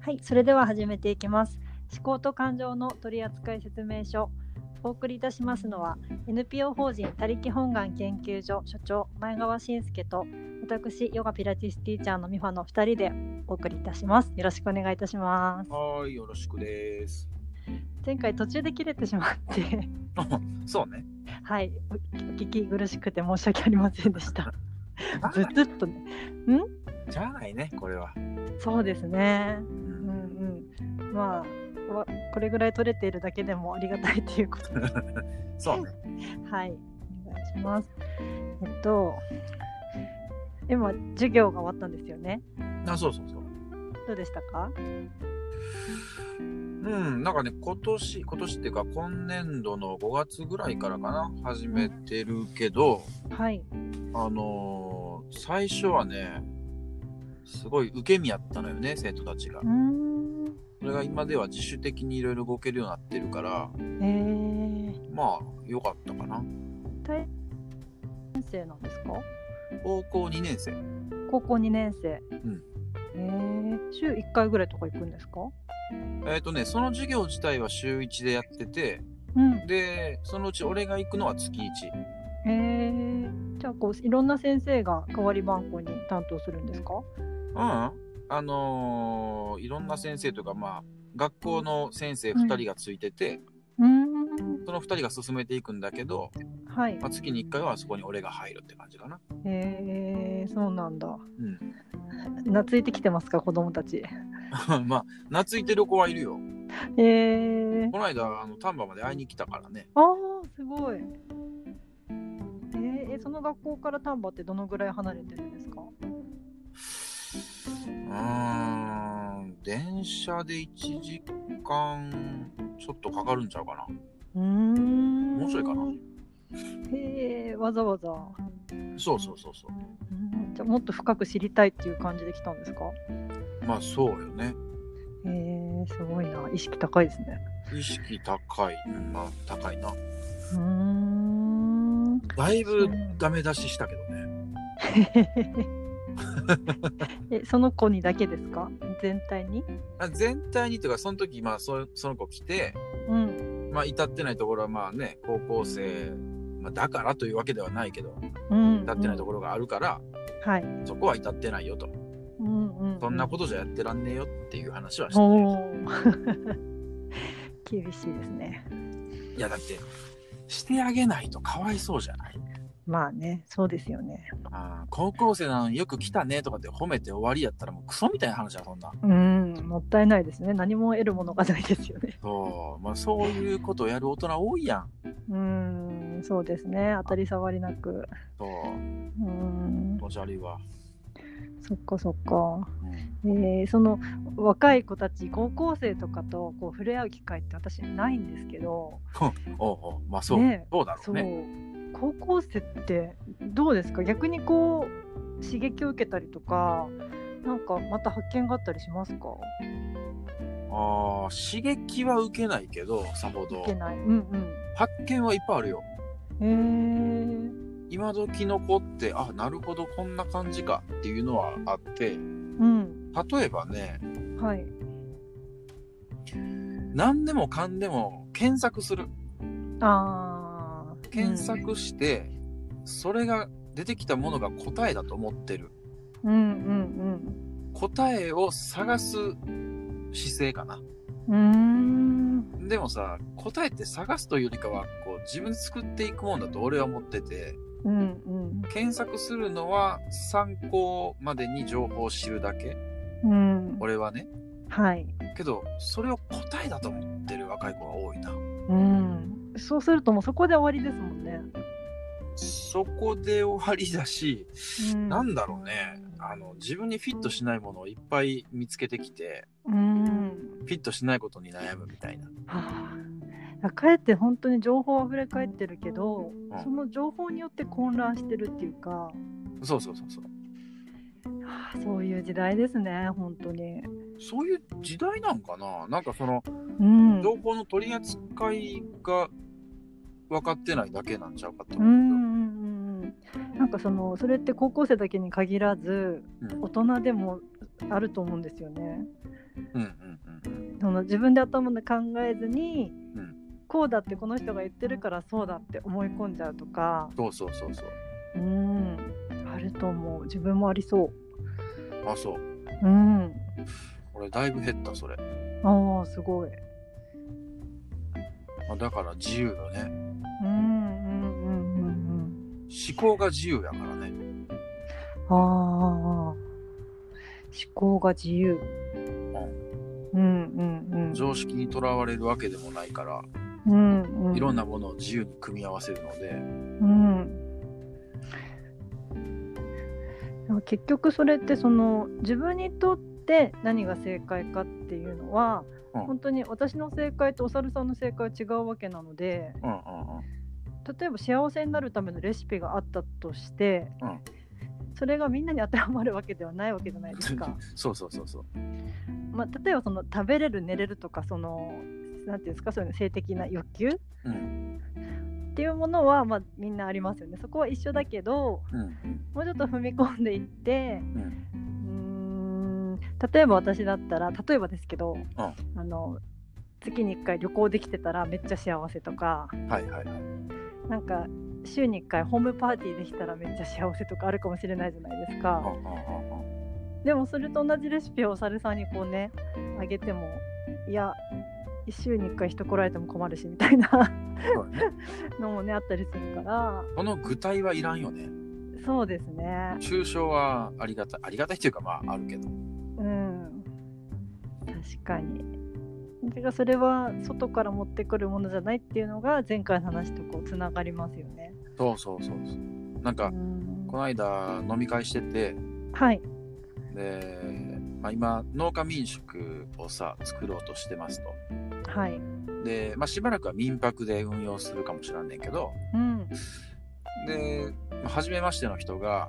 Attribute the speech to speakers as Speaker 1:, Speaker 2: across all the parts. Speaker 1: はい、それでは始めていきます。思考と感情の取扱説明書。お送りいたしますのは NPO 法人他力本願研究所所長前川信介と私ヨガピラティスティーチャーの美穂の2人でお送りいたします。よろしくお願いいたします。
Speaker 2: はい、よろしくです。
Speaker 1: 前回途中で切れてしまって
Speaker 2: そうね。
Speaker 1: はい、お聞き苦しくて申し訳ありませんでした。ずっとね。
Speaker 2: ん？じゃないね、これは。
Speaker 1: そうですね。うんうん。まあ。これぐらい取れているだけでもありがたいということ
Speaker 2: そう、ね、
Speaker 1: はい、お願いします。えっと、今授業が終わったんですよね。
Speaker 2: あ、そうそうそう。
Speaker 1: どうでしたか？
Speaker 2: うん、なんかね、今年今年っていうか今年度の5月ぐらいからかな始めてるけど、
Speaker 1: はい。
Speaker 2: あのー、最初はね、すごい受け身やったのよね生徒たちが。それが今では自主的にいろいろ動けるようになってるから、え
Speaker 1: ー、
Speaker 2: まあ良かったかな。
Speaker 1: 大年生なんですか
Speaker 2: 高校2年生。
Speaker 1: 高校2年生。
Speaker 2: うん。
Speaker 1: えー、週1回ぐらいとか行くんですか
Speaker 2: えっ、ー、とねその授業自体は週1でやってて、
Speaker 1: うん、
Speaker 2: でそのうち俺が行くのは月1。
Speaker 1: へえー、じゃあこういろんな先生が代わり番号に担当するんですか
Speaker 2: うんあのー、いろんな先生とか、まあ、学校の先生2人がついてて、
Speaker 1: うん、
Speaker 2: その2人が進めていくんだけど、
Speaker 1: はい
Speaker 2: まあ、月に1回はそこに俺が入るって感じかな。
Speaker 1: へえー、そうなんだ。、
Speaker 2: うん
Speaker 1: 懐いてきてますか子供たち。
Speaker 2: まあ懐いてる子はいるよ。
Speaker 1: へえー、
Speaker 2: この間あの丹波まで会いに来たからね。
Speaker 1: ああすごい。えー、その学校から丹波ってどのぐらい離れてるんですか
Speaker 2: うん電車で1時間ちょっとかかるんちゃうか
Speaker 1: なうん
Speaker 2: 面白いかな
Speaker 1: へえわざわざ
Speaker 2: そうそうそうそう
Speaker 1: じゃもっと深く知りたいっていう感じで来たんですか
Speaker 2: まあそうよね
Speaker 1: へえすごいな意識高いですね
Speaker 2: 意識高いな高いな
Speaker 1: うん
Speaker 2: だいぶダメ出ししたけど
Speaker 1: ねえその子にだけですか全体に
Speaker 2: あ全体にというかその時、まあ、そその子来て、
Speaker 1: うん
Speaker 2: まあ、至ってないところはまあね高校生、まあ、だからというわけではないけど、
Speaker 1: うん、うん、
Speaker 2: 至ってないところがあるから、
Speaker 1: はい、
Speaker 2: そこは至ってないよと、
Speaker 1: うんうん、うん、、
Speaker 2: そんなことじゃやってらんねえよっていう話はして
Speaker 1: ね、 厳しいですね
Speaker 2: いやだってしてあげないとかわいそうじゃない
Speaker 1: まあね、そうですよね。
Speaker 2: あ高校生なのによく来たねとかって褒めて終わりやったらもうクソみたいな話だ、そんな。
Speaker 1: うん、もったいないですね。何も得るものがないですよね。
Speaker 2: そう、まあそういうことをやる大人多いや
Speaker 1: ん。うん、そうですね。当たり障りなく。
Speaker 2: そう。
Speaker 1: うん。
Speaker 2: 気持ち悪いわ。
Speaker 1: そっかそっか。うん、えー、その若い子たち、高校生とかとこう触れ合う機会って私ないんですけど。
Speaker 2: おおまあそう、ね、そうだろうね。
Speaker 1: そう高校生ってどうですか逆にこう刺激を受けたりとかなんかまた発見があったりしますか
Speaker 2: あ刺激は受けないけどさほど
Speaker 1: 受けないうんうん
Speaker 2: 発見はいっぱいあるよ
Speaker 1: へえー、、
Speaker 2: 今時の子ってあなるほどこんな感じかっていうのはあって、うん例えばね
Speaker 1: はい
Speaker 2: 何でもかんでも検索する
Speaker 1: ああ
Speaker 2: 検索して、うん、それが出てきたものが答えだと思ってる、
Speaker 1: うんうんうん、
Speaker 2: 答えを探す姿勢かな
Speaker 1: うん
Speaker 2: でもさ答えって探すというよりかはこう自分で作っていくもんだと俺は思ってて、
Speaker 1: うんうん、
Speaker 2: 検索するのは参考までに情報を知るだけ、
Speaker 1: うん、
Speaker 2: 俺はね
Speaker 1: はい
Speaker 2: けどそれを答えだと思ってる若い子が多いな
Speaker 1: うんそうするともうそこで終わりですもんね。
Speaker 2: そこで終わりだし、うん、なんだろうねあの自分にフィットしないものをいっぱい見つけてきて、
Speaker 1: うん、
Speaker 2: フィットしないことに悩むみたいな。
Speaker 1: はあ、かえって本当に情報あふれ返ってるけど、うん、その情報によって混乱してるっていうか
Speaker 2: そうそうそうそう、
Speaker 1: はあ、そういう時代ですね本当に
Speaker 2: そういう時代なんかななんかその、
Speaker 1: うん、
Speaker 2: 情報の取り扱いが分かってないだけなんちゃうかと
Speaker 1: 思う。うんうんうん、ななんかそのそれって高校生だけに限らず
Speaker 2: うん
Speaker 1: 大人でもあると思うんですよね。
Speaker 2: うんうんうん
Speaker 1: その自分で頭で考えずに、
Speaker 2: うん
Speaker 1: こうだってこの人が言ってるからそうだって思い込んじゃうとか
Speaker 2: そうそうそうそ
Speaker 1: う
Speaker 2: う
Speaker 1: んあると思う自分もありそ
Speaker 2: あそう
Speaker 1: う。うん
Speaker 2: 俺だいぶ減ったそれ、
Speaker 1: ああすごい。
Speaker 2: まあ、だから自由よね
Speaker 1: うんうんうんうん
Speaker 2: 思考が自由やからね
Speaker 1: うん。ああ思考が自由。うんうん
Speaker 2: 常識にとらわれるわけでもないから
Speaker 1: うん。うんうん。
Speaker 2: いろんなものを自由に組み合わせるので
Speaker 1: うん、でも結局それってその自分にとって何が正解かっていうのは、
Speaker 2: うん
Speaker 1: 本当に私の正解とお猿さんの正解は違うわけなので
Speaker 2: うんうん
Speaker 1: 例えば幸せになるためのレシピがあったとして、
Speaker 2: うん
Speaker 1: それがみんなに当てはまるわけではないわけじゃないですか。
Speaker 2: そうそうそうそう
Speaker 1: まあ、例えばその食べれる寝れるとかそのなんていうんですかそういうの性的な欲求っ
Speaker 2: うん
Speaker 1: ていうものは、まあ、みんなありますよね。そこは一緒だけど、
Speaker 2: うん
Speaker 1: もうちょっと踏み込んでいって
Speaker 2: うんうん
Speaker 1: うーん例えば私だったら例えばですけど、あの月に1回旅行できてたらめっちゃ幸せとか
Speaker 2: はいはいはい
Speaker 1: なんか週に1回ホームパーティーできたらめっちゃ幸せとかあるかもしれないじゃないですか、
Speaker 2: うんうんうんうん
Speaker 1: でもそれと同じレシピをお猿さんにこうねあげてもいや週に1回人来られても困るしみたいな
Speaker 2: そうだね
Speaker 1: のもねあったりするから
Speaker 2: この具体はいらんよね
Speaker 1: そうですね
Speaker 2: 抽象はありがたいありがたいっていうかまああるけど
Speaker 1: うん確かに。てかそれは外から持ってくるものじゃないっていうのが前回の話とこうつながりますよね。
Speaker 2: そうそうそうそうな
Speaker 1: う
Speaker 2: んか
Speaker 1: ん
Speaker 2: この間飲み会してて
Speaker 1: はい。
Speaker 2: で、まあ、今農家民宿をさ作ろうとしてますと
Speaker 1: はい。
Speaker 2: で、まあ、しばらくは民泊で運用するかもしれんねんけど
Speaker 1: うん。
Speaker 2: で、まあ初めましての人が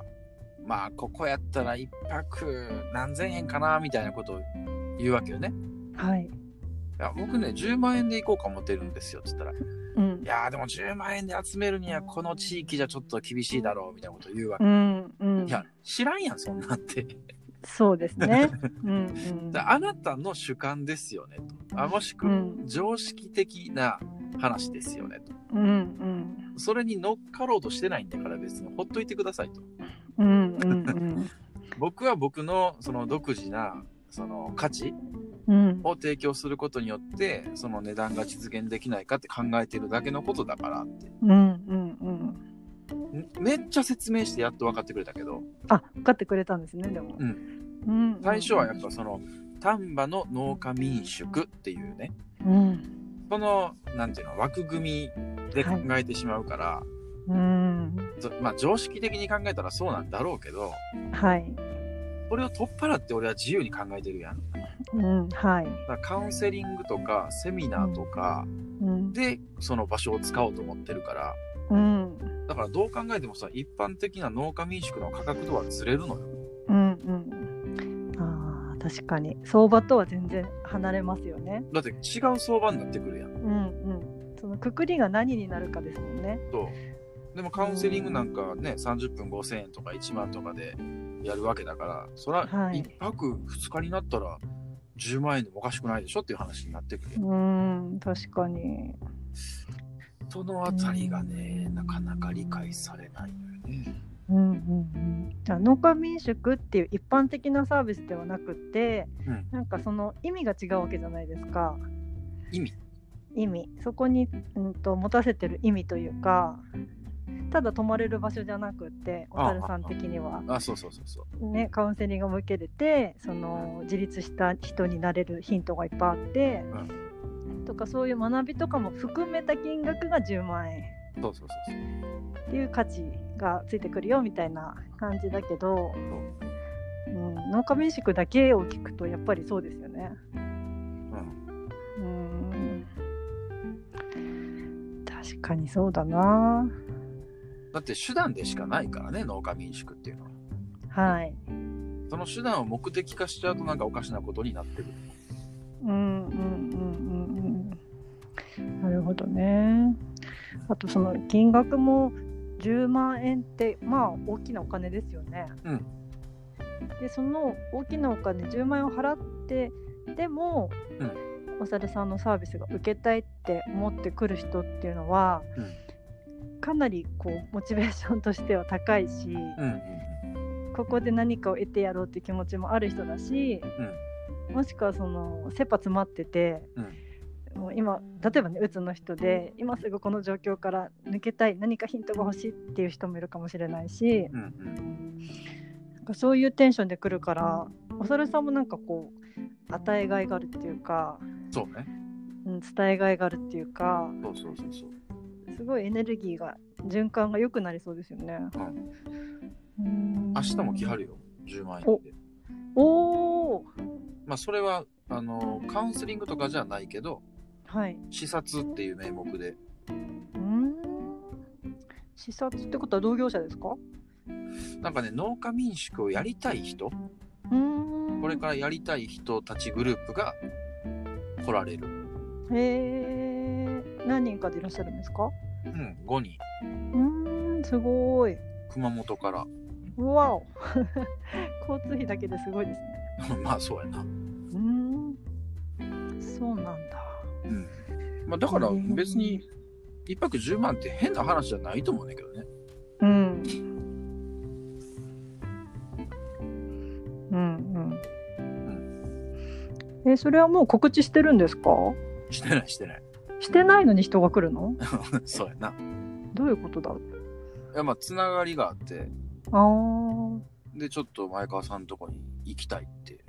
Speaker 2: まあここやったら一泊何千円かなみたいなことを言うわけよね
Speaker 1: はい。
Speaker 2: いや僕ね10万円で行こうか思ってるんですよって言ったら
Speaker 1: うん
Speaker 2: い。やーでも10万円で集めるにはこの地域じゃちょっと厳しいだろうみたいなこと言うわけ、
Speaker 1: うん。うん
Speaker 2: い。や知らんやんそんなんって
Speaker 1: そうです ね。うん。うん。
Speaker 2: だあなたの主観ですよねとあもしく
Speaker 1: う
Speaker 2: は
Speaker 1: ん。
Speaker 2: 常識的な話ですよねと
Speaker 1: うん。うん。
Speaker 2: それに乗っかろうとしてないんだから別にほっといてくださいと
Speaker 1: うん。うん。
Speaker 2: 僕は僕のその独自なその価値
Speaker 1: うん。
Speaker 2: を提供することによってその値段が実現できないかって考えてるだけのことだからって
Speaker 1: うん。うん。うん。
Speaker 2: んめっちゃ説明してやっと分かってくれたけど
Speaker 1: あ、分かってくれたんですね。でも。。
Speaker 2: うん
Speaker 1: うん。
Speaker 2: 最初はやっぱその丹波の農家民宿っていうね
Speaker 1: うん。
Speaker 2: そのなんていうの枠組みで考えてしまうから、
Speaker 1: うん。
Speaker 2: ぞまあ常識的に考えたらそうなんだろうけど
Speaker 1: はい。
Speaker 2: それを取っ払って俺は自由に考えてるやんだ
Speaker 1: うん。はい。
Speaker 2: からカウンセリングとかセミナーとか
Speaker 1: うん。
Speaker 2: でその場所を使おうと思ってるから
Speaker 1: うん。
Speaker 2: だからどう考えてもさ一般的な農家民宿の価格とはずれるのよ
Speaker 1: うんうん、あー確かに相場とは全然離れますよね。
Speaker 2: だって違う相場になってくるやん
Speaker 1: うんうん、そのくくりが何になるかですもんね。
Speaker 2: とでもカウンセリングなんかね30分5000円とか1万とかでやるわけだからそら
Speaker 1: はい
Speaker 2: 1泊2日になったら10万円でもおかしくないでしょっていう話になってくるやん
Speaker 1: うん確かに。
Speaker 2: そのあたりがねなかなか理解されないのよね
Speaker 1: うんうんうん、じゃあ農家民宿っていう一般的なサービスではなくて、
Speaker 2: うん
Speaker 1: なんかその意味が違うわけじゃないですか
Speaker 2: 意味
Speaker 1: 意味そこに、うん、と持たせてる意味というかただ泊まれる場所じゃなくってお猿さん的には
Speaker 2: あそうそうそうそう
Speaker 1: ね、カウンセリングも受けれてその自立した人になれるヒントがいっぱいあって、とかそういう学びとかも含めた金額が10万円
Speaker 2: そうそうそうそう
Speaker 1: っていう価値がついてくるよみたいな感じだけど、うん、農家民宿だけを聞くとやっぱりそうですよね。
Speaker 2: うん
Speaker 1: うん確かにそうだな
Speaker 2: だって手段でしかないからね農家民宿っていうのは
Speaker 1: はい。
Speaker 2: その手段を目的化しちゃうとなんかおかしなことになってくる
Speaker 1: うんうんうんうんうんなるほどね。あとその金額も10万円ってまあ大きなお金ですよね。
Speaker 2: うん
Speaker 1: でその大きなお金10万円を払ってでも、お猿さんのサービスが受けたいって思ってくる人っていうのは、かなりこうモチベーションとしては高いし、
Speaker 2: うんうん
Speaker 1: ここで何かを得てやろうって気持ちもある人だし、もしくはその切羽詰まってて。
Speaker 2: うん
Speaker 1: もう今例えばねうつの人で今すぐこの状況から抜けたい何かヒントが欲しいっていう人もいるかもしれないし
Speaker 2: うんうん
Speaker 1: なんかそういうテンションで来るからお猿さんもなんかこう与えがいがあるっていうか、
Speaker 2: そうね
Speaker 1: うん、伝えがいがあるっていうか
Speaker 2: そうそうそうそう
Speaker 1: すごいエネルギーが循環が良くなりそうですよね。うん
Speaker 2: 明日も来は
Speaker 1: る
Speaker 2: るよ10万円で
Speaker 1: おお
Speaker 2: まあそれはあのカウンセリングとかじゃないけど
Speaker 1: はい。
Speaker 2: 視察っていう名目で
Speaker 1: うん視察ってことは同業者ですか
Speaker 2: なんかね農家民宿をやりたい人
Speaker 1: うん
Speaker 2: これからやりたい人たちグループが来られる、
Speaker 1: へえ何人かでいらっしゃるんですか
Speaker 2: うん、5人
Speaker 1: うーん、すごい。
Speaker 2: 熊本から
Speaker 1: うわお。 交通費だけですごいですね。
Speaker 2: まあそうやな、
Speaker 1: うーん。そうなんだ。
Speaker 2: うんまあ、だから別に1泊10万って変な話じゃないと思うんだけどね
Speaker 1: うん。うんうん。え、それはもう告知してるんですか
Speaker 2: してないしてない
Speaker 1: してないのに人が来るの
Speaker 2: そうやな
Speaker 1: どういうことだろう
Speaker 2: いやまあつながりがあって
Speaker 1: あー
Speaker 2: でちょっと前川さんのとこに行きたいって、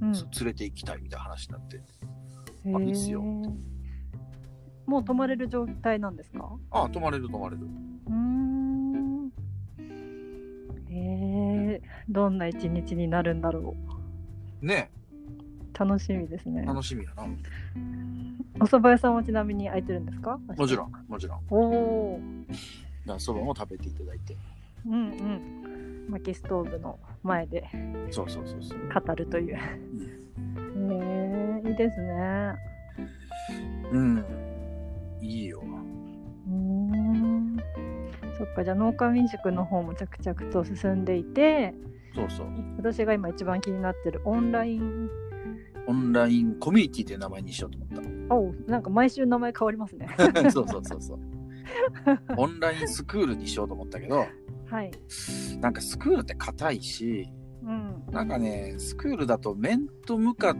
Speaker 1: うん
Speaker 2: 連れて行きたいみたいな話になって
Speaker 1: へー
Speaker 2: いいっすよ
Speaker 1: もう泊まれる状態なんですか
Speaker 2: ああ泊まれる泊まれる
Speaker 1: うーんえー、どんな一日になるんだろう
Speaker 2: ね
Speaker 1: 楽しみですね
Speaker 2: え楽しみやな
Speaker 1: お蕎麦屋さんはちなみに空いてるんですか
Speaker 2: もちろ
Speaker 1: ん
Speaker 2: んもちろん
Speaker 1: おお
Speaker 2: だからそばも食べていただいて
Speaker 1: うんうん薪ストーブの前で
Speaker 2: そうそうそうそう
Speaker 1: 語るというへえー、いいですね
Speaker 2: うんいいよ
Speaker 1: うーんそっかじゃあ農家民宿の方も着々と進んでいて
Speaker 2: そうそう
Speaker 1: 私が今一番気になってるオンライン
Speaker 2: オンラインコミュニティという名前にしようと思った
Speaker 1: おうなんか毎週名前変わりますね
Speaker 2: そうそうそう そう。オンラインスクールにしようと思ったけど、
Speaker 1: はい
Speaker 2: なんかスクールって硬いし、
Speaker 1: うん
Speaker 2: なんかね、スクールだと面と向かっ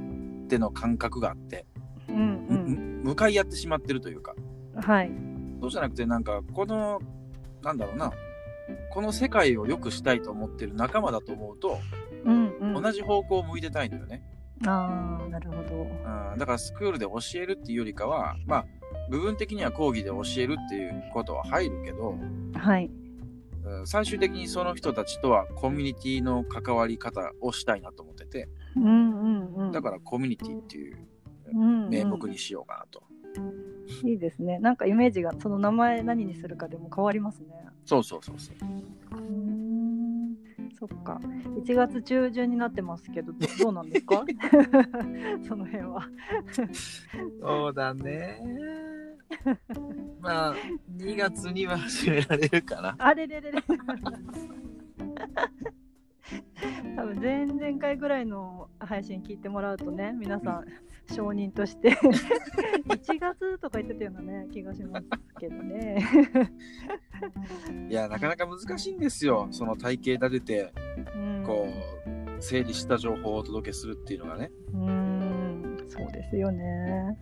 Speaker 2: ての感覚があって、
Speaker 1: うんうん
Speaker 2: む向かい合ってしまってるというか、
Speaker 1: はい
Speaker 2: そうじゃなくてなんかこの、なんだろうな、この世界を良くしたいと思ってる仲間だと思うと、
Speaker 1: うんうん、
Speaker 2: 同じ方向を向いてたいんだよね。
Speaker 1: ああなるほど。
Speaker 2: うん、だからスクールで教えるっていうよりかは、まあ、部分的には講義で教えるっていうことは入るけど、
Speaker 1: はい。
Speaker 2: うん最終的にその人たちとはコミュニティの関わり方をしたいなと思ってて
Speaker 1: うんうんうん。
Speaker 2: だからコミュニティっていう
Speaker 1: うんうん
Speaker 2: 名目にしようかなと、
Speaker 1: いいですね。なんかイメージがその名前何にするかでも変わりますね。
Speaker 2: そうそうそうそう
Speaker 1: うーん。そっか。1月中旬になってますけど、どどうなんです か？その辺は。
Speaker 2: そうだね まあ2月には始められるかな
Speaker 1: あれれれれ。多分前々回ぐらいの配信聞いてもらうとね皆さん承認として1月とか言ってたようなね気がしますけどね。
Speaker 2: いやなかなか難しいんですよその体系立てて
Speaker 1: うん
Speaker 2: こう整理した情報をお届けするっていうのがね
Speaker 1: うーんそうですよね。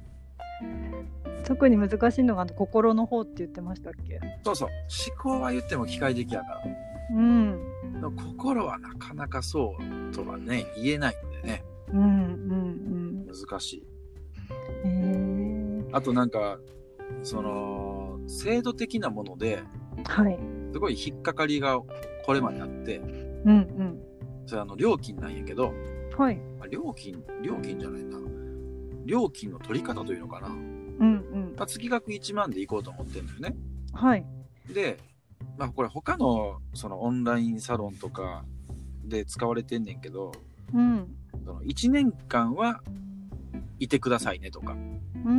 Speaker 1: 特に難しいのがあの心の方って言ってましたっけ
Speaker 2: そうそう思考は言っても機械的やか
Speaker 1: うん
Speaker 2: らでも心はなかなかそうとはね言えないのでね
Speaker 1: うんうん
Speaker 2: 難しい
Speaker 1: うん。へ
Speaker 2: あとなんかその制度的なもので
Speaker 1: えはい。
Speaker 2: すごい引っかかりがこれまであって
Speaker 1: うん
Speaker 2: それあの料金なんやけど
Speaker 1: うん。はい。
Speaker 2: あ料金料金じゃないな料金の取り方というのかな、ま
Speaker 1: うんうん。
Speaker 2: あ、月額1万で行こうと思ってるんだよね
Speaker 1: はい。
Speaker 2: で、まあ、これ他のそのオンラインサロンとかで使われてんねんけど
Speaker 1: うん。
Speaker 2: その1年間はいてくださいねとか
Speaker 1: うー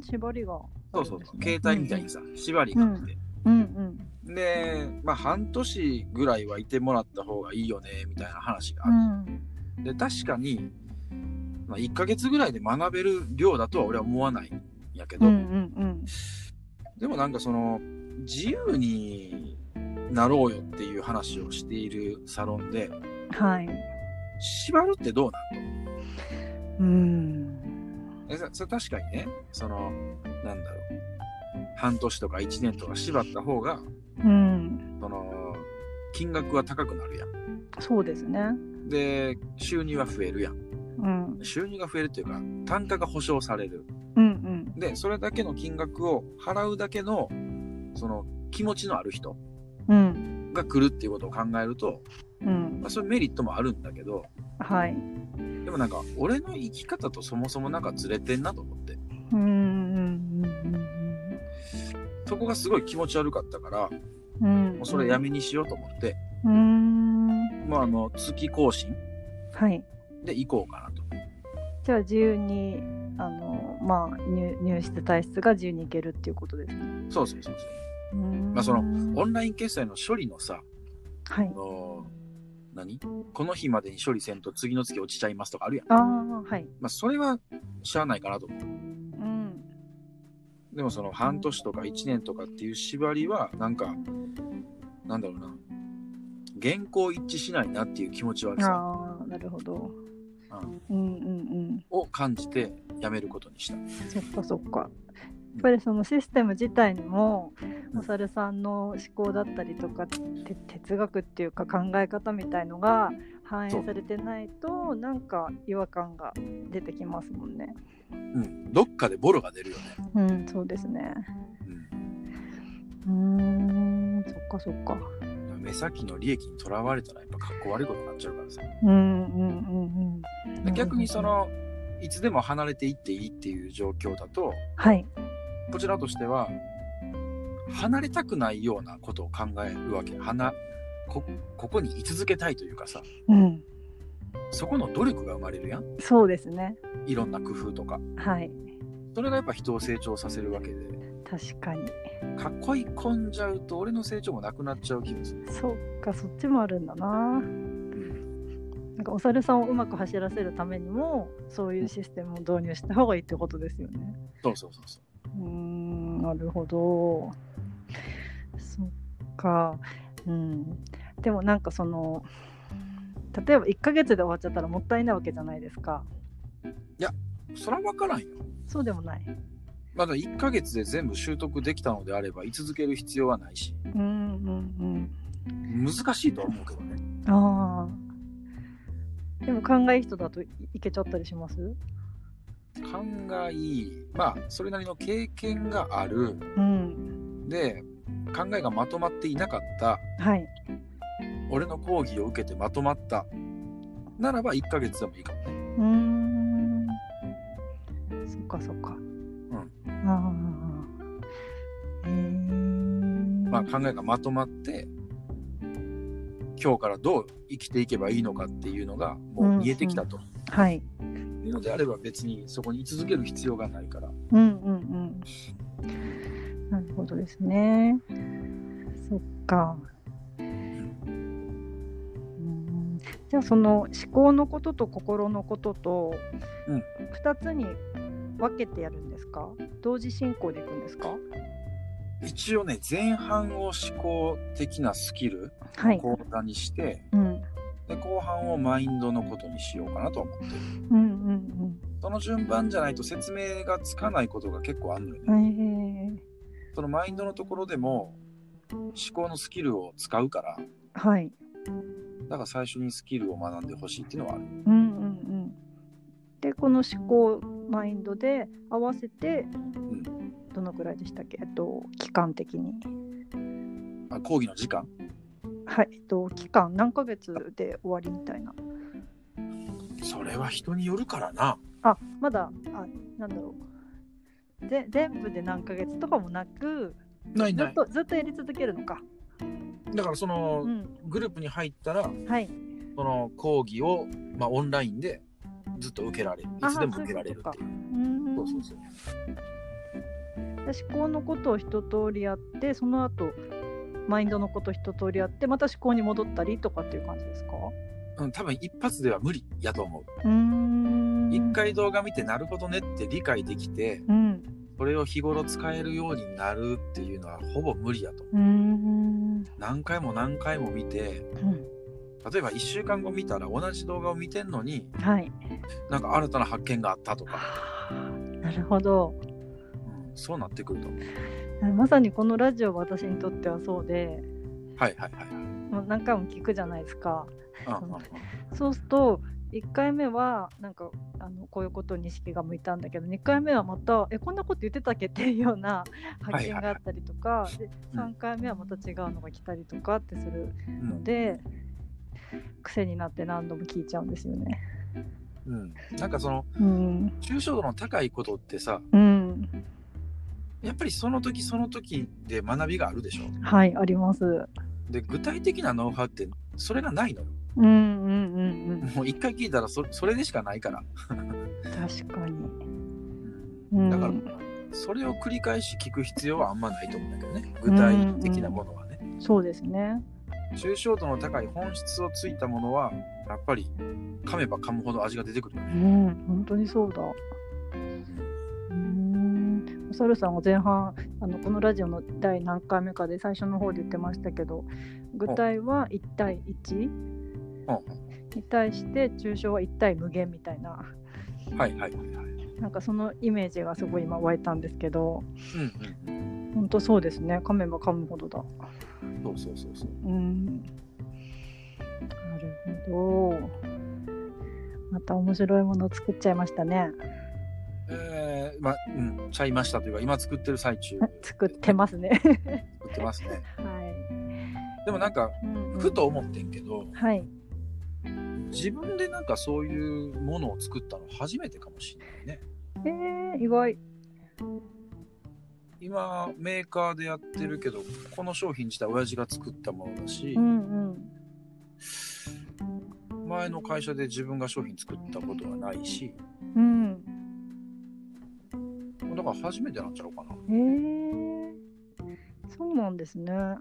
Speaker 1: ん、縛りが、
Speaker 2: そうそうそう
Speaker 1: あるんですね
Speaker 2: 携帯みたいにさ、縛りがあって、
Speaker 1: うんうん。
Speaker 2: で、まあ、半年ぐらいはいてもらった方がいいよねみたいな話が
Speaker 1: う
Speaker 2: あ
Speaker 1: ん
Speaker 2: って、で確かに、まあ、1ヶ月ぐらいで学べる量だとは俺は思わないんやけ
Speaker 1: う
Speaker 2: ど、
Speaker 1: んうん
Speaker 2: でもなんかその自由になろうよっていう話をしているサロンで
Speaker 1: うんはい
Speaker 2: 縛るってどうなん
Speaker 1: うん
Speaker 2: えそそれ確かにねそのなんだろう半年とか1年とか縛った方が
Speaker 1: うん
Speaker 2: その金額は高くなるや
Speaker 1: そうですね
Speaker 2: んで収入は増えるやん
Speaker 1: うん
Speaker 2: 収入が増えるっていうか単価が保証される
Speaker 1: うん
Speaker 2: でそれだけの金額を払うだけのその気持ちのある人
Speaker 1: うんうん
Speaker 2: が来るっていうことを考えると、
Speaker 1: うん
Speaker 2: まあ、そういうメリットもあるんだけど
Speaker 1: はい
Speaker 2: でもなんか俺の生き方とそもそもなんかずれてんなと思って
Speaker 1: うんうんうん
Speaker 2: そこがすごい気持ち悪かったから
Speaker 1: うんう
Speaker 2: も
Speaker 1: ん
Speaker 2: うそれやめにしようと思って、
Speaker 1: うん
Speaker 2: まあ、あの月更新
Speaker 1: はい
Speaker 2: で行こうかなと
Speaker 1: じゃあ自由にあのまあ入入室体質が自由に行けるっていうことですね。
Speaker 2: そうそうそうそう
Speaker 1: ま
Speaker 2: まあそのオ
Speaker 1: の
Speaker 2: ンライン決済の処理のさ
Speaker 1: はい
Speaker 2: あ。の何この日までに処理せんと次の月落ちちゃいますとかあるやん、
Speaker 1: ああはい。
Speaker 2: まあ、それはしゃあないかなと思う
Speaker 1: うん
Speaker 2: でもその半年とか1年とかっていう縛りはなんかなんだろうな原稿一致しないなっていう気持ち悪さ
Speaker 1: ああなるほど。う
Speaker 2: うん
Speaker 1: んうん
Speaker 2: を感じてやめることにした
Speaker 1: うん。そっかそっか。やっぱりそのシステム自体にもお猿さんの思考だったりとかて哲学っていうか考え方みたいのが反映されてないとなんか違和感が出てきますもんね。
Speaker 2: うん、どっかでボロが出るよね。
Speaker 1: うんそうですね。
Speaker 2: うん
Speaker 1: うーんそっかそっか。
Speaker 2: 目先の利益にとらわれたらやっぱかっこ悪いことになっちゃうからさ
Speaker 1: うんうんうんうん。
Speaker 2: 逆にそ。のいつでも離れていっていいっていう状況だと
Speaker 1: はい。
Speaker 2: こちらとしては離れたくないようなことを考えるわけ離こここに居続けたいというかさ
Speaker 1: うん。
Speaker 2: そこの努力が生まれるやん
Speaker 1: そうですね。
Speaker 2: いろんな工夫とか
Speaker 1: はい。
Speaker 2: それがやっぱ人を成長させるわけで
Speaker 1: 確かに。
Speaker 2: かっこいい込んじゃうと俺の成長もなくなっちゃう気がする、
Speaker 1: そっか、そっちもあるんだな。
Speaker 2: うん、
Speaker 1: なんかお猿さんをうまく走らせるためにも、そういうシステムを導入した方がいいってことですよね。
Speaker 2: そうそうそうそ
Speaker 1: う
Speaker 2: う
Speaker 1: ーん、なるほど。そっか。うん。でもなんかその。例えば1ヶ月で終わっちゃったらもったいないわけじゃないですか。
Speaker 2: そら分からんよ
Speaker 1: そうでもない。
Speaker 2: まだ1ヶ月で全部習得できたのであれば居続ける必要はないし
Speaker 1: うんうん
Speaker 2: 難しいとは思うけどね
Speaker 1: うん。ああ。でも考えいい人だといいけちゃったりします
Speaker 2: 勘がいいまあそれなりの経験がある
Speaker 1: うん。
Speaker 2: で考えがまとまっていなかった
Speaker 1: はい。
Speaker 2: 俺の講義を受けてまとまったならば1ヶ月でもいいかもね
Speaker 1: うーん。そっかそっか。うん。ああ。へえ
Speaker 2: まあ考えがまとまって今日からどう生きていけばいいのかっていうのがもう見えてきたと
Speaker 1: はい。
Speaker 2: いうのであれば別にそこに居続ける必要がないから
Speaker 1: うんうんうん。なるほどですね。そっか。うんじゃあその思考のことと心のことと
Speaker 2: うん
Speaker 1: 2つに分けてやるんですか、同時進行でいくんですか
Speaker 2: 一応ね前半を思考的なスキル
Speaker 1: はい、
Speaker 2: 講座にして
Speaker 1: うん、
Speaker 2: で後半をマインドのことにしようかなとは思ってる
Speaker 1: うんうん
Speaker 2: その順番じゃないと説明がつかないことが結構あるのよね、
Speaker 1: うんえ
Speaker 2: そのマインドのところでも思考のスキルを使うから
Speaker 1: ー、はい
Speaker 2: だから最初にスキルを学んでほしいっていうのはある
Speaker 1: うんうんうん、でこの思考マインドで合わせて、どのくらいでしたっけ、えっと、期間的に
Speaker 2: あ講義の時間
Speaker 1: はい、えっと、期間何ヶ月で終わりみたいな
Speaker 2: それは人によるからな
Speaker 1: あまだあなんだろうぜ全部で何ヶ月とかもなく
Speaker 2: ない
Speaker 1: ず
Speaker 2: な
Speaker 1: っ
Speaker 2: い
Speaker 1: とずっとやり続けるのか、
Speaker 2: だからそうの
Speaker 1: ん、
Speaker 2: グループに入ったら
Speaker 1: はい
Speaker 2: その講義を、まあ、オンラインでずっと受けられるい
Speaker 1: あー
Speaker 2: つでも受けられるっていうう
Speaker 1: ーん
Speaker 2: そうそうそう
Speaker 1: 思考のことを一通りやってその後マインドのこと一通りやってまた思考に戻ったりとかっていう感じですか
Speaker 2: うん、多分一発では無理やと思う。
Speaker 1: うーん
Speaker 2: 一回動画見てなるほどねって理解できて、
Speaker 1: うん
Speaker 2: それを日頃使えるようになるっていうのはほぼ無理やと思
Speaker 1: うーん
Speaker 2: う。何回も何回も見て、
Speaker 1: うん
Speaker 2: 例えば1週間後見たら同じ動画を見てんのに、
Speaker 1: はい
Speaker 2: なんか新たな発見があったとか、
Speaker 1: なるほど
Speaker 2: うん、そうなってくると思う。
Speaker 1: まさにこのラジオは私にとってはそうで
Speaker 2: はいはいはい。
Speaker 1: もう何回も聞くじゃないですか
Speaker 2: うんうんうん
Speaker 1: そうすると1回目はなんかあのこういうことに意識が向いたんだけど2回目はまたえこんなこと言ってたっけっていうような発見があったりとか、で
Speaker 2: うん
Speaker 1: 3回目はまた違うのが来たりとかってする
Speaker 2: うん
Speaker 1: ので、癖になって何度も聞いちゃうんですよね。
Speaker 2: うん、なんかその
Speaker 1: うん、
Speaker 2: 抽象度の高いことってさ
Speaker 1: うん、
Speaker 2: やっぱりその時その時で学びがあるでしょ
Speaker 1: はいあります。
Speaker 2: で具体的なノウハウってそれがないのよ
Speaker 1: うんうんうんうん
Speaker 2: もう一回聞いたらそそれでしかないから、
Speaker 1: 確かに。
Speaker 2: うんだか
Speaker 1: うん
Speaker 2: らそれを繰り返し聞く必要はあんまないと思うんだけどね具体的なものはね
Speaker 1: そうですね。
Speaker 2: 抽象度の高い本質をついたものはやっぱり噛めば噛むほど味が出てくるよ
Speaker 1: う
Speaker 2: ね
Speaker 1: ん本当にそうだ。うーんお猿さんが前半あのこのラジオの第何回目かで最初の方で言ってましたけど具体は1対1に対して抽象は1対無限みたいな
Speaker 2: うんはいはいはいはい
Speaker 1: なんかそのイメージがすごい今湧いたんですけど
Speaker 2: うんうん
Speaker 1: 本当そうですね噛めば噛むほどだ
Speaker 2: うんそうそうそうそう
Speaker 1: うんなるほどまた面白いものを作っちゃいましたね
Speaker 2: えー、まあうんちゃいましたというか今作ってる最中
Speaker 1: あ作ってますね
Speaker 2: 作ってますね
Speaker 1: は
Speaker 2: でもなんか
Speaker 1: い、うんうん
Speaker 2: ふと思ってんけど、
Speaker 1: はい
Speaker 2: 自分でなんかそういうものを作ったの初めてかもしれないね
Speaker 1: えー、意外
Speaker 2: 今メーカーでやってるけどこの商品自体親父が作ったものだし
Speaker 1: う、んうん
Speaker 2: 前の会社で自分が商品作ったことはないし
Speaker 1: うん。
Speaker 2: だから初めてなんちゃうか
Speaker 1: へえ。そうなんですね。
Speaker 2: な、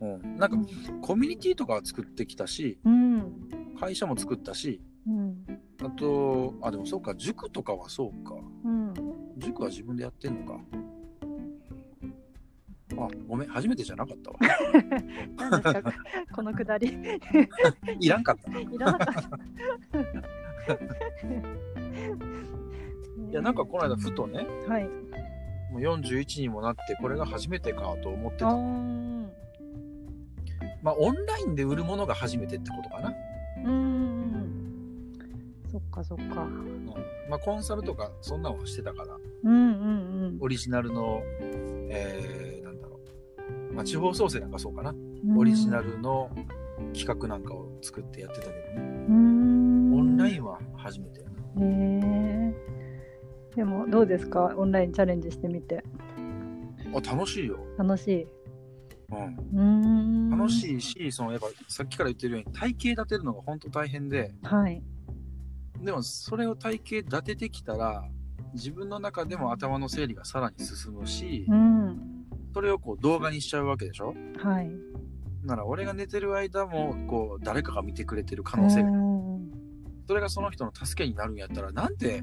Speaker 2: うん、なんかコミュニティとかは作ってきたし
Speaker 1: うん。
Speaker 2: 会社も作ったし
Speaker 1: うん。
Speaker 2: あとあでもそうか塾とかはそうか
Speaker 1: うん。
Speaker 2: 塾は自分でやってんのかあごめん初めてじゃなか ったわ
Speaker 1: なんですかこのくだ り。
Speaker 2: いらんかったない
Speaker 1: らなかった。
Speaker 2: いやなんかこの間ふとね
Speaker 1: はい。
Speaker 2: もう41にもなってこれが初めてかと思って
Speaker 1: あ
Speaker 2: た
Speaker 1: ー
Speaker 2: まあオンラインで売るものが初めてってことかな、
Speaker 1: うんうん。そっかそっか。
Speaker 2: うんまあ、コンサルとかそんなんはしてたから
Speaker 1: うんうん
Speaker 2: オリジナルのえー、なんだろう、まあ、地方創生なんかそうかな
Speaker 1: うん。
Speaker 2: オリジナ。ルの企画なんかを作ってやってたけどね
Speaker 1: うん。
Speaker 2: オンライ
Speaker 1: ン。
Speaker 2: ンは初めてやな
Speaker 1: へえ。でもどうですかオンラインチャレンジしてみて
Speaker 2: あ楽しいよ、
Speaker 1: 楽しい。
Speaker 2: うん、
Speaker 1: うーん。
Speaker 2: 楽
Speaker 1: い。
Speaker 2: しいしそのやっぱさっきから言ってるように体系立てるのが本当大変で
Speaker 1: はい。
Speaker 2: でもそれを体系立ててきたら自分の中でも頭の整理がさらに進むし、
Speaker 1: うん。
Speaker 2: それをこう動画にしちゃうわけでしょ
Speaker 1: はい。
Speaker 2: なら俺が寝てる間もこう誰かが見てくれてる可能性が
Speaker 1: うん
Speaker 2: それがその人の助けになるんやったらなんて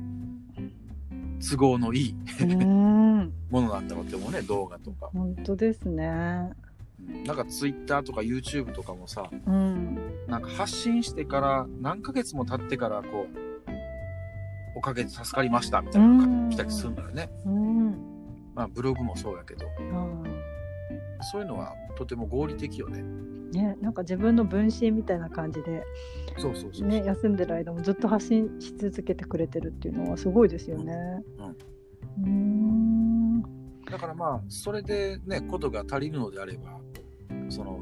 Speaker 2: 都合のいい
Speaker 1: うん
Speaker 2: ものなんだろうって思うね動画とか、
Speaker 1: 本当ですね。
Speaker 2: うんなんか Twitter とか YouTube とかもさ
Speaker 1: うん。
Speaker 2: なんか発信してから何ヶ月も経ってからこうおかげで助かりましたみたいなのが来たりするんだよね、
Speaker 1: うん。
Speaker 2: まあ、ブログもそうやけど
Speaker 1: あ
Speaker 2: そういうのはとても合理的よね
Speaker 1: ーね、なんか自分の分身みたいな感じで、
Speaker 2: そうそうそうそう、
Speaker 1: ね、休んでる間もずっと発信し続けてくれてるっていうのはすごいですよね。うん。
Speaker 2: だからまあそれでねことが足りるのであればその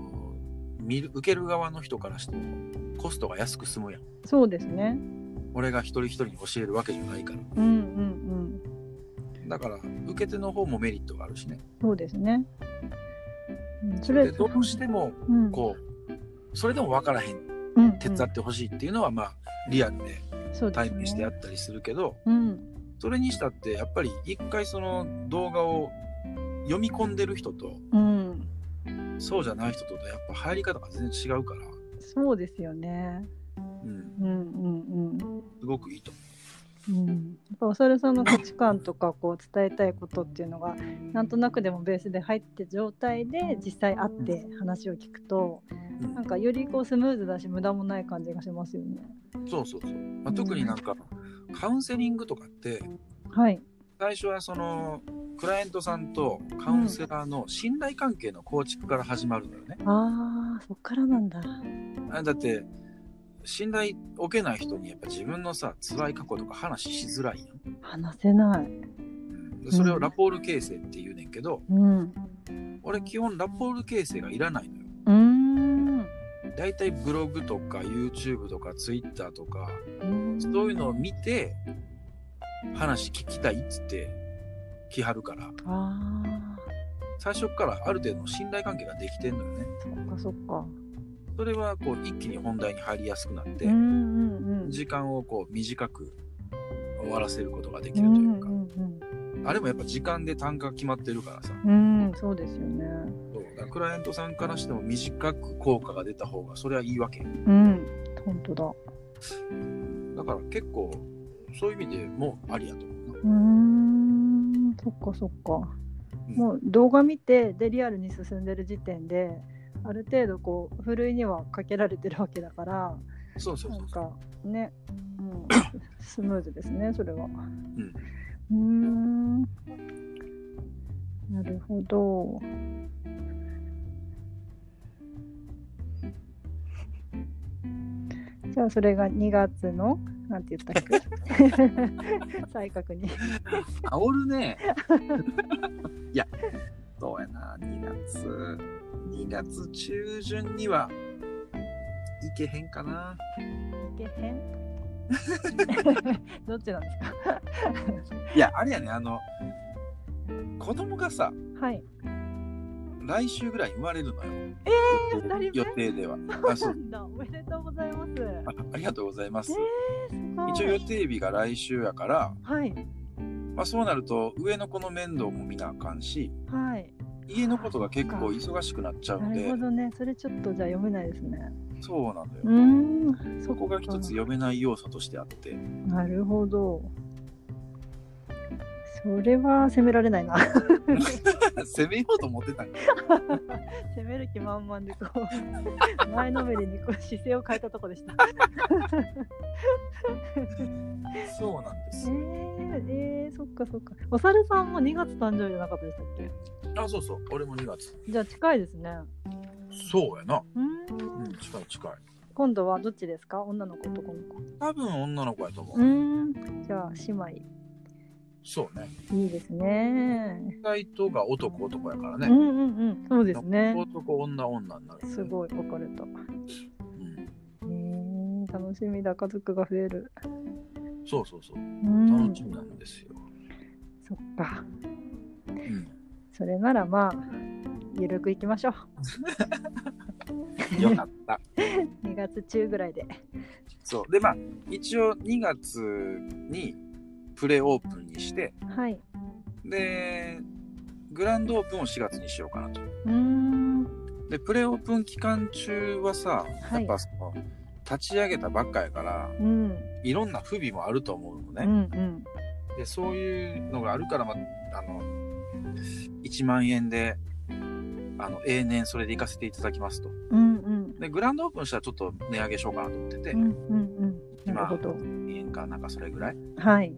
Speaker 2: 見る受ける側の人からしてもコストが安く済むやん
Speaker 1: そうですね。
Speaker 2: 俺が一人一人に教えるわけじゃないから
Speaker 1: うんうんうん。
Speaker 2: だから受け手の方もメリットがあるしね
Speaker 1: そうですね。うんそ
Speaker 2: でどうしても
Speaker 1: うん
Speaker 2: こうそれでも分からへん
Speaker 1: うんうん
Speaker 2: 手伝ってほしいっていうのはまあリアルで
Speaker 1: そうです
Speaker 2: 対
Speaker 1: ね
Speaker 2: 面してやったりするけど
Speaker 1: うん。
Speaker 2: それにしたってやっぱり一回その動画を読み込んでる人と
Speaker 1: うん。
Speaker 2: そうじゃない人とやっぱ入り方が全然違うから、
Speaker 1: そうですよね。
Speaker 2: うん、
Speaker 1: うんうんうん。
Speaker 2: すごくいいと思
Speaker 1: うん、やっぱお猿さんの価値観とかこう伝えたいことっていうのがなんとなくでもベースで入って状態で実際会って話を聞くと
Speaker 2: う。う
Speaker 1: なんかよりこうスムーズだし無駄もない感じがしますよね。
Speaker 2: そうそうそう、まあ、特になんかカウンセリングとかって
Speaker 1: はい、
Speaker 2: 最初はそのクライアントさんとカウンセラーの信頼関係の構築から始まるんだよね。
Speaker 1: あーそっからなんだ。
Speaker 2: あだって信頼おけない人にやっぱ自分のさ辛い過去とか話しづらいやん。
Speaker 1: 話せない。
Speaker 2: うんでそれをラポール形成って言うねんけど、
Speaker 1: うん。う
Speaker 2: 俺基本ラポール形成がいらないのよ。
Speaker 1: ーん。う
Speaker 2: だいたいブログとか YouTube とか Twitter とか
Speaker 1: ーん
Speaker 2: そういうのを見て話聞きたいっつって来はるから
Speaker 1: あ
Speaker 2: 最初からある程度の信頼関係ができてんのよね。
Speaker 1: あそっかそっか。
Speaker 2: それはこう一気に本題に入りやすくなって、
Speaker 1: うんうんうん。
Speaker 2: 時間をこう短く終わらせることができ
Speaker 1: う
Speaker 2: るとい
Speaker 1: ん
Speaker 2: う
Speaker 1: う
Speaker 2: か、
Speaker 1: んうん
Speaker 2: あれもやっぱ時間で単価が決まってるからさ、
Speaker 1: うん、そうですよね。
Speaker 2: そうだからクライアントさんからしても短く効果が出た方がそれはいいわけ
Speaker 1: うん、本当だ。
Speaker 2: だから結構そういう意味でもありやと思うな
Speaker 1: うーん、そっかそっか。
Speaker 2: うん
Speaker 1: もう動画見てでリアルに進んでる時点である程度こうふるいにはかけられてるわけだから
Speaker 2: そうそう
Speaker 1: な
Speaker 2: そうんそう
Speaker 1: かね、うん、スムーズですねそれは。うー
Speaker 2: うん
Speaker 1: んなるほど。じゃあそれが2月のなんて言ったっ け再確認。
Speaker 2: 煽 るねいやそうやな2月2月中旬にはいけへんかない
Speaker 1: けへ ん。どっちなんですか。
Speaker 2: いやあれやねあの子供がさ
Speaker 1: はい。
Speaker 2: 来週ぐらい生まれるのよ。
Speaker 1: えー二人目
Speaker 2: 予定では。あそう
Speaker 1: だおめでとうございます。
Speaker 2: あありがとうございます。
Speaker 1: えー、すごい。
Speaker 2: 一応予定日が来週やから、
Speaker 1: はい
Speaker 2: まあ、そうなると上の子の面倒も見なあかんし
Speaker 1: はい。
Speaker 2: 家のことが結構忙しくなっちゃう
Speaker 1: なんる
Speaker 2: で
Speaker 1: ほどね。それちょっとじゃあ読めないですね。
Speaker 2: そうなんだよ
Speaker 1: う。ーん。
Speaker 2: そこが一つ読めない要素としてあって
Speaker 1: なるほど。それは責められないな。
Speaker 2: 攻めようと思ってたんだ
Speaker 1: 責める気満々でこう前のめりにこう姿勢を変えたとこでした。
Speaker 2: そうなんで
Speaker 1: え
Speaker 2: す。
Speaker 1: ー、えー、そっかそっか。お猿さんも2月誕生日じゃなかったでしたっけ？
Speaker 2: あそうそう俺も2月。
Speaker 1: じゃあ近いですね。
Speaker 2: そうやな。
Speaker 1: うーん
Speaker 2: うん近い近い。
Speaker 1: 今度はどっちですか女の子男の子
Speaker 2: 多分女の子やと思う。
Speaker 1: んじゃあ姉妹
Speaker 2: そうね。
Speaker 1: いいですね
Speaker 2: 意外とが男男やから
Speaker 1: う
Speaker 2: ね。
Speaker 1: んうんうんそうですね
Speaker 2: 男女女になる。
Speaker 1: すごい分かれた
Speaker 2: うん
Speaker 1: えー楽しみだ家族が増える
Speaker 2: そうそうそう。
Speaker 1: うん
Speaker 2: 楽しみなんですよ。
Speaker 1: そっか
Speaker 2: うん
Speaker 1: それならまあゆるくいきましょう
Speaker 2: よ かった。
Speaker 1: 2月中ぐらいで
Speaker 2: そう。で、まあ、一応2月にプレオープンにして、
Speaker 1: はい
Speaker 2: で、グランドオープンを4月にしようかなと。
Speaker 1: うーん
Speaker 2: で、プレオープン期間中はさ、
Speaker 1: は
Speaker 2: や
Speaker 1: い
Speaker 2: っぱその、立ち上げたばっかやから、
Speaker 1: うん
Speaker 2: いろんな不備もあると思うの
Speaker 1: う
Speaker 2: ね。
Speaker 1: んうん
Speaker 2: で、そういうのがあるから、まあ、あの、1万円で、あの、永年それで行かせていただきますと。
Speaker 1: うんうん
Speaker 2: で、グランドオープンしたらちょっと値上げしようかなと思ってて、
Speaker 1: うんうんうんなるほど
Speaker 2: 2円かなんかそれぐらい
Speaker 1: はい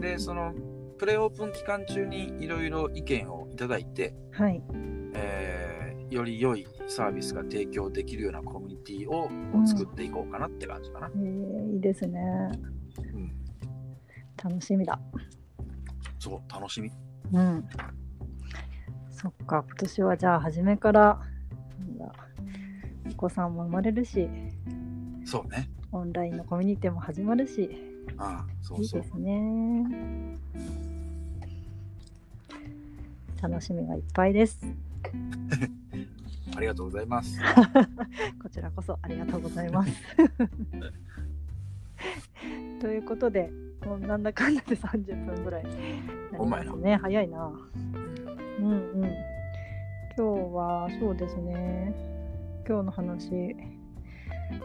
Speaker 2: でそのプレオープン期間中にいろいろ意見をいただいて、
Speaker 1: はい
Speaker 2: えーより良いサービスが提供できるようなコミュニティをこう作っていこうかなって感じかな、
Speaker 1: えーいいですね
Speaker 2: うん
Speaker 1: 楽しみだ
Speaker 2: そう楽しみ
Speaker 1: うん。そっか、今年はじゃあ初めから、なんだ、お子さんも生まれるし、
Speaker 2: そうね
Speaker 1: オンラインのコミュニティも始まるし、
Speaker 2: ああそ
Speaker 1: いうい
Speaker 2: そう
Speaker 1: ですね。楽しみがいっぱいです。
Speaker 2: ありがとうござ います
Speaker 1: こちらこそありがとうございます。ということで、もうなんだかんだで30分ぐらいなりますね。早いな。うんうん。今日はそうですね今日の話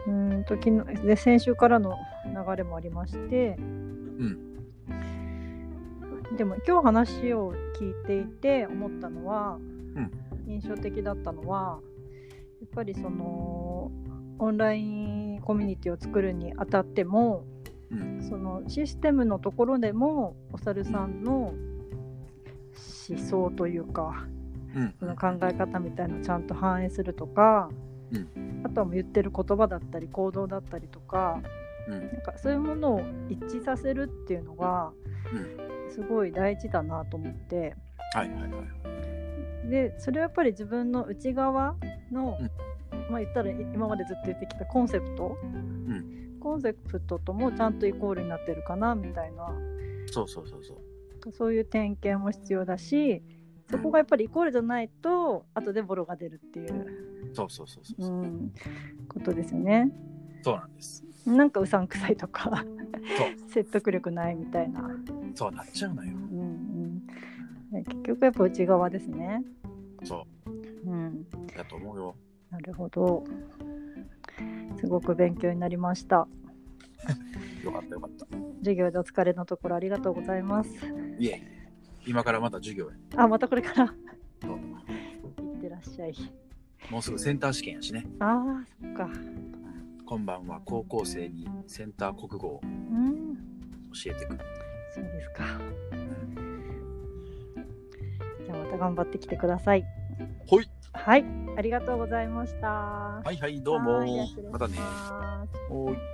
Speaker 1: うーんと昨日で先週からの流れもありまして、でも今日話を聞いていて思ったのは、
Speaker 2: ん
Speaker 1: 印象的だったのはやっぱりそのオンラインコミュニティを作るにあたっても
Speaker 2: うん
Speaker 1: そのシステムのところでもお猿さんの思想というか
Speaker 2: うん
Speaker 1: その考え方みたいのをちゃんと反映するとか、
Speaker 2: う
Speaker 1: あとはもう言ってる言葉だったり行動だったりとか
Speaker 2: うん
Speaker 1: なんかそういうものを一致させるっていうのがすごい大事だなと思って
Speaker 2: はいはいはい
Speaker 1: でそれはやっぱり自分の内側の、
Speaker 2: うん
Speaker 1: まあ言ったら今までずっと言ってきたコンセプト、コンセプトともちゃんとイコールになってるかなみたいな
Speaker 2: そうそうそうそう
Speaker 1: そういう点検も必要だしそこがやっぱりイコールじゃないと後でボロが出るっていう、
Speaker 2: そうそうそうそう
Speaker 1: う、
Speaker 2: そうん
Speaker 1: ことですよね。
Speaker 2: そうなんです
Speaker 1: なんかうさんくさいとか
Speaker 2: そ
Speaker 1: 説得力ないみたいな、
Speaker 2: そうなっちゃうのよ
Speaker 1: うんうん、結局やっぱ内側ですね。
Speaker 2: そ
Speaker 1: うん、
Speaker 2: うだと思うよ
Speaker 1: なるほどすごく勉強になりました
Speaker 2: よかったよかった
Speaker 1: 授業でお疲れのところありがとうございます
Speaker 2: いえいえ今からまた授業へ
Speaker 1: あまたこれからい
Speaker 2: そう
Speaker 1: ってらっしゃい
Speaker 2: もうすぐセンター試験やしね
Speaker 1: あーそっか
Speaker 2: 今晩は高校生にセンター国語を
Speaker 1: うん
Speaker 2: 教えてくる
Speaker 1: そうですかじゃあまた頑張ってきてください
Speaker 2: ほい
Speaker 1: はいありがとうございました
Speaker 2: はいはいどうも
Speaker 1: はいじゃあ失礼し
Speaker 2: またね
Speaker 1: ます
Speaker 2: おーい